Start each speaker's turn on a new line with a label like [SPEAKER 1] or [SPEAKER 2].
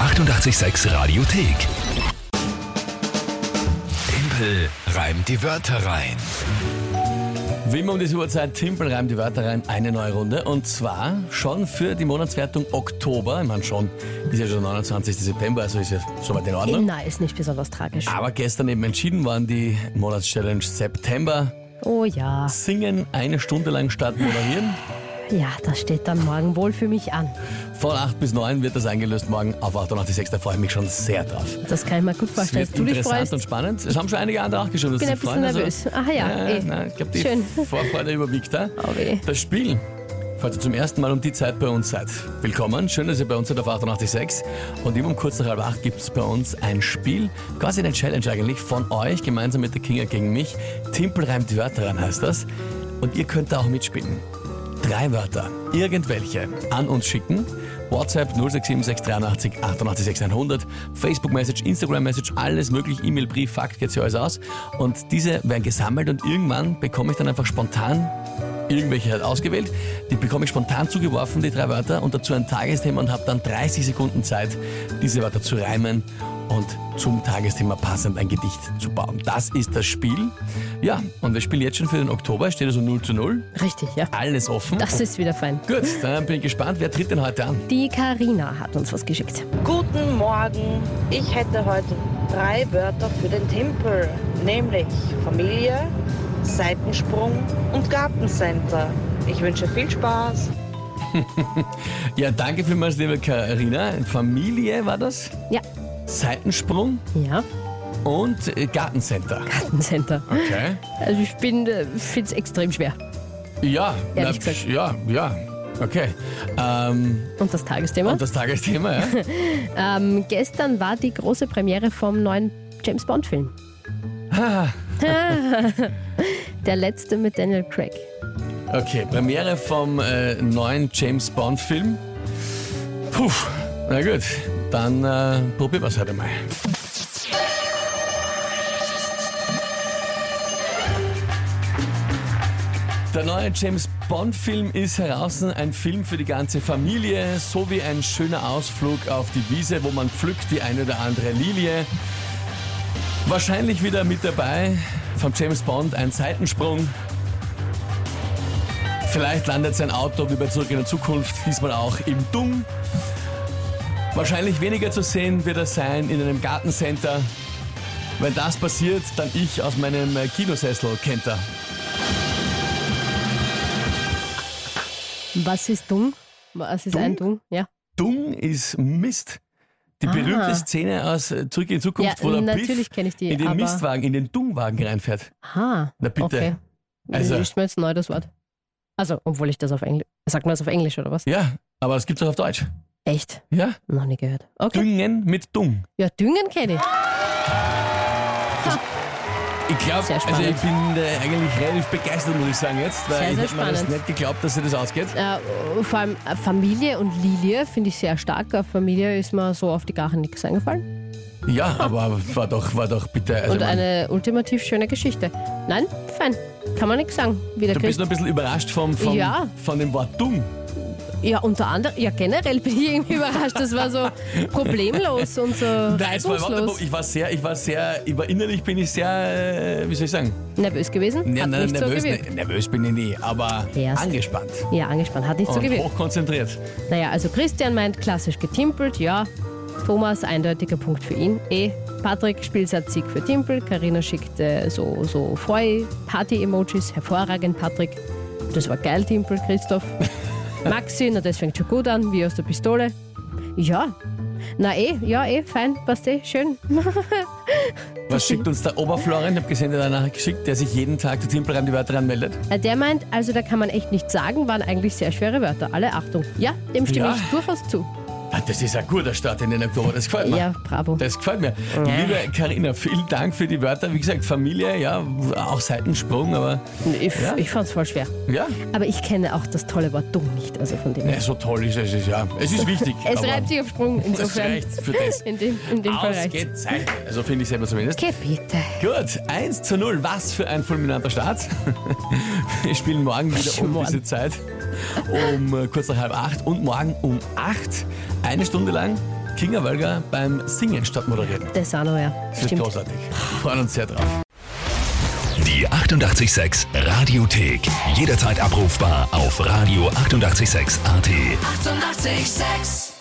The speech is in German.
[SPEAKER 1] 886 Radiothek. Tempel reimt die Wörter rein.
[SPEAKER 2] Wie immer um diese Uhrzeit, Timpel reimt die Wörter rein, eine neue Runde. Und zwar schon für die Monatswertung Oktober. Ich meine schon, ist ja schon 29. September, also ist ja soweit in Ordnung.
[SPEAKER 3] Nein, ist nicht besonders tragisch.
[SPEAKER 2] Aber gestern eben entschieden waren die Monatschallenge September.
[SPEAKER 3] Oh ja,
[SPEAKER 2] Singen eine Stunde lang statt moderieren.
[SPEAKER 3] ja, das steht dann morgen wohl für mich an.
[SPEAKER 2] Von 8 bis 9 wird das eingelöst morgen auf 886. Da freue ich mich schon sehr drauf.
[SPEAKER 3] Das kann ich mir gut
[SPEAKER 2] Es
[SPEAKER 3] vorstellen.
[SPEAKER 2] wird
[SPEAKER 3] Du dich
[SPEAKER 2] interessant
[SPEAKER 3] freust.
[SPEAKER 2] und spannend. Es haben schon einige andere auch geschrieben, dass
[SPEAKER 3] bin
[SPEAKER 2] sie
[SPEAKER 3] ein bisschen
[SPEAKER 2] freuen.
[SPEAKER 3] nervös. Aha, ja, eh.
[SPEAKER 2] nein, ich glaube, die
[SPEAKER 3] Schön.
[SPEAKER 2] Vorfreude überwiegt da.
[SPEAKER 3] Oh weh.
[SPEAKER 2] Das Spiel. Falls ihr zum ersten Mal um die Zeit bei uns seid, willkommen. Schön, dass ihr bei uns seid auf 886. Und immer um kurz nach halb acht gibt es bei uns ein Spiel, quasi eine Challenge eigentlich von euch, gemeinsam mit der Kinga gegen mich. Timpel reimt die Wörter ran heißt das. Und ihr könnt da auch mitspielen. Drei Wörter, irgendwelche, an uns schicken. WhatsApp 0676 88 600, Facebook-Message, Instagram-Message, alles möglich, E-Mail, Brief, Fakt, jetzt hier alles aus. Und diese werden gesammelt und irgendwann bekomme ich dann einfach spontan irgendwelche halt ausgewählt. Die bekomme ich spontan zugeworfen, die drei Wörter, und dazu ein Tagesthema und habe dann 30 Sekunden Zeit, diese Wörter zu reimen und zum Tagesthema passend ein Gedicht zu bauen. Das ist das Spiel. Ja, und wir spielen jetzt schon für den Oktober, steht also 0 zu 0,
[SPEAKER 3] Richtig, ja.
[SPEAKER 2] alles offen.
[SPEAKER 3] Das ist wieder fein.
[SPEAKER 2] Gut, dann bin ich gespannt, wer tritt denn heute an?
[SPEAKER 3] Die Karina hat uns was geschickt.
[SPEAKER 4] Guten Morgen. Ich hätte heute drei Wörter für den Tempel, nämlich Familie, Seitensprung und Gartencenter. Ich wünsche viel Spaß.
[SPEAKER 2] Ja, danke vielmals, liebe Karina. Familie war das,
[SPEAKER 3] Ja,
[SPEAKER 2] Seitensprung
[SPEAKER 3] ja,
[SPEAKER 2] und äh, Gartencenter.
[SPEAKER 3] Gartencenter.
[SPEAKER 2] Okay.
[SPEAKER 3] Also ich bin, äh, find's extrem schwer.
[SPEAKER 2] Ja,
[SPEAKER 3] Ehrlich gesagt.
[SPEAKER 2] ja, ja. Okay. Ähm,
[SPEAKER 3] Und das Tagesthema?
[SPEAKER 2] Und das Tagesthema, ja?
[SPEAKER 3] ähm, gestern war die große Premiere vom neuen James Bond-Film. Der letzte mit Daniel Craig.
[SPEAKER 2] Okay, Premiere vom äh, neuen James Bond-Film. Puh, na gut, dann äh, probieren wir es heute mal. Der neue James Bond-Film ist heraus, ein Film für die ganze Familie, sowie ein schöner Ausflug auf die Wiese, wo man pflückt die eine oder andere Lilie. Wahrscheinlich wieder mit dabei vom James Bond ein Seitensprung. Vielleicht landet sein Auto wie bei Zurück in der Zukunft diesmal auch im Dung. Wahrscheinlich weniger zu sehen wird er sein in einem Gartencenter. Wenn das passiert, dann ich aus meinem äh, Kinosessel kennt er.
[SPEAKER 3] Was ist dumm? Was ist
[SPEAKER 2] Dung?
[SPEAKER 3] ein Dung? Ja.
[SPEAKER 2] Dung ist Mist. Die berühmte Szene aus äh, Zurück in die Zukunft,
[SPEAKER 3] Ja,
[SPEAKER 2] wo der
[SPEAKER 3] natürlich
[SPEAKER 2] Biff
[SPEAKER 3] kenn ich die,
[SPEAKER 2] in den
[SPEAKER 3] aber-
[SPEAKER 2] Mistwagen, in den Dungwagen reinfährt.
[SPEAKER 3] Aha.
[SPEAKER 2] Na bitte.
[SPEAKER 3] Ah, Okay.
[SPEAKER 2] Also-
[SPEAKER 3] Also. Ist mir jetzt neu das Wort. Also, obwohl ich das auf Englisch. Sagt man das auf Englisch oder was?
[SPEAKER 2] Ja, aber es gibt's auch auf Deutsch.
[SPEAKER 3] Echt?
[SPEAKER 2] Ja,
[SPEAKER 3] Noch nie gehört. Okay.
[SPEAKER 2] Düngen mit Dung.
[SPEAKER 3] Ja, Düngen kenne ich.
[SPEAKER 2] Ich glaube,
[SPEAKER 3] Sehr
[SPEAKER 2] also ich
[SPEAKER 3] spannend.
[SPEAKER 2] bin äh, eigentlich relativ begeistert, muss ich sagen jetzt, weil
[SPEAKER 3] Sehr,
[SPEAKER 2] ich
[SPEAKER 3] sehr
[SPEAKER 2] hätte mir das
[SPEAKER 3] spannend.
[SPEAKER 2] nicht geglaubt, dass dir das ausgeht.
[SPEAKER 3] Äh, vor allem äh, Familie und Lilie finde ich sehr stark. Auf Familie ist mir so auf die Gache nichts eingefallen.
[SPEAKER 2] Ja, aber war doch, war doch bitte. Also
[SPEAKER 3] und
[SPEAKER 2] man-
[SPEAKER 3] eine ultimativ schöne Geschichte. Nein, fein. Kann man nichts sagen. Wie der
[SPEAKER 2] du bist
[SPEAKER 3] Christ
[SPEAKER 2] noch ein bisschen überrascht vom, vom,
[SPEAKER 3] Ja.
[SPEAKER 2] von dem Wort dumm.
[SPEAKER 3] ja, unter anderem, ja generell bin ich irgendwie überrascht. Das war so problemlos und so
[SPEAKER 2] Nein, es war überhaupt nicht-
[SPEAKER 3] reibungslos.
[SPEAKER 2] ich war sehr, ich war sehr, ich war innerlich bin ich sehr, äh, wie soll ich sagen?
[SPEAKER 3] Nervös gewesen?
[SPEAKER 2] Ja,
[SPEAKER 3] Hat
[SPEAKER 2] na-
[SPEAKER 3] nicht
[SPEAKER 2] nervös,
[SPEAKER 3] so gewirkt.
[SPEAKER 2] ne- nervös bin ich nie, aber
[SPEAKER 3] Erst.
[SPEAKER 2] angespannt
[SPEAKER 3] Ja, angespannt. Hat nicht so
[SPEAKER 2] und
[SPEAKER 3] gewirkt.
[SPEAKER 2] hochkonzentriert.
[SPEAKER 3] Naja, also Christian meint klassisch getimpelt, ja. Thomas, eindeutiger Punkt für ihn. E. Patrick, Spielsatz Sieg für Timpel. Karina schickt äh, so, so Freu-Party-Emojis. Hervorragend, Patrick. Das war geil, Timpel, Christoph. Maxi, na das fängt schon gut an, wie aus der Pistole. Ja. Na eh, ja eh, fein, passt eh, schön.
[SPEAKER 2] Was schickt uns der Oberflorian? Ich habe gesehen, der hat eine Nachricht geschickt, der sich jeden Tag zu Timpelreim die Wörter anmeldet.
[SPEAKER 3] Äh, Der meint, also da kann man echt nichts sagen, waren eigentlich sehr schwere Wörter. Alle Achtung. Ja, dem stimme
[SPEAKER 2] Ja.
[SPEAKER 3] ich durchaus zu.
[SPEAKER 2] Ah, Das ist ein guter Start in den Oktober, das gefällt mir.
[SPEAKER 3] Ja, bravo.
[SPEAKER 2] Das gefällt mir. Liebe Karina, vielen Dank für die Wörter. Wie gesagt, Familie, ja, auch Seitensprung, aber
[SPEAKER 3] Ich,
[SPEAKER 2] Ja.
[SPEAKER 3] ich fand's voll schwer.
[SPEAKER 2] ja,
[SPEAKER 3] Aber ich kenne auch das tolle Wort dumm nicht, also von dem. her.
[SPEAKER 2] ne, so toll ist es, ja. Es ist wichtig.
[SPEAKER 3] Es
[SPEAKER 2] aber
[SPEAKER 3] reibt sich auf Sprung,
[SPEAKER 2] Es
[SPEAKER 3] insofern.
[SPEAKER 2] reicht für das.
[SPEAKER 3] In dem, in dem Fall reicht
[SPEAKER 2] Ausgezeichnet. Also finde ich selber zumindest.
[SPEAKER 3] Okay, bitte.
[SPEAKER 2] Gut, 1 zu 0. Was für ein fulminanter Start. Wir spielen morgen wieder um
[SPEAKER 3] Morgen.
[SPEAKER 2] diese Zeit. Um äh, kurz nach halb acht und morgen um acht. Eine Stunde lang Kingerwölger beim Singen statt Moderieren.
[SPEAKER 3] Das auch noch, ja.
[SPEAKER 2] Das wird
[SPEAKER 3] Stimmt.
[SPEAKER 2] großartig. Wir freuen uns sehr drauf.
[SPEAKER 1] Die 886 Radiothek. Jederzeit abrufbar auf radio886.at. 886!
[SPEAKER 5] 886